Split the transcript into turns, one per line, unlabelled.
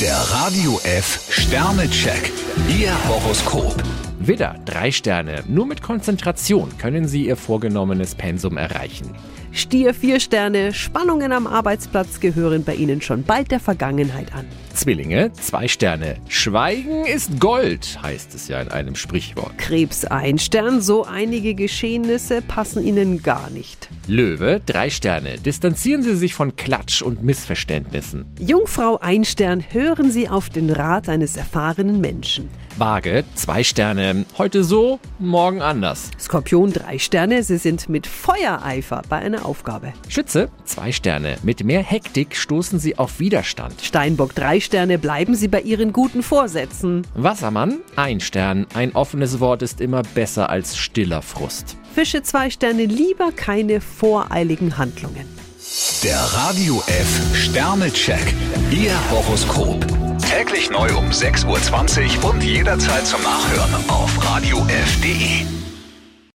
Der Radio F Sternecheck. Ihr Horoskop.
Widder, drei Sterne. Nur mit Konzentration können Sie Ihr vorgenommenes Pensum erreichen.
Stier vier Sterne, Spannungen am Arbeitsplatz gehören bei Ihnen schon bald der Vergangenheit an.
Zwillinge, zwei Sterne. Schweigen ist Gold, heißt es ja in einem Sprichwort.
Krebs ein Stern, so einige Geschehnisse passen Ihnen gar nicht.
Löwe, drei Sterne. Distanzieren Sie sich von Klatsch und Missverständnissen.
Jungfrau ein Stern, hören Sie auf den Rat eines erfahrenen Menschen.
Waage, zwei Sterne. Heute so, morgen anders.
Skorpion drei Sterne, Sie sind mit Feuereifer bei einer Aufgabe.
Schütze, zwei Sterne. Mit mehr Hektik stoßen Sie auf Widerstand.
Steinbock drei Sterne, bleiben Sie bei Ihren guten Vorsätzen.
Wassermann, ein Stern. Ein offenes Wort ist immer besser als stiller Frust.
Fische zwei Sterne, lieber keine voreiligen Handlungen.
Der Radio F Sternecheck. Ihr Horoskop. Täglich neu um 6.20 Uhr und jederzeit zum Nachhören auf Radio radiof.de.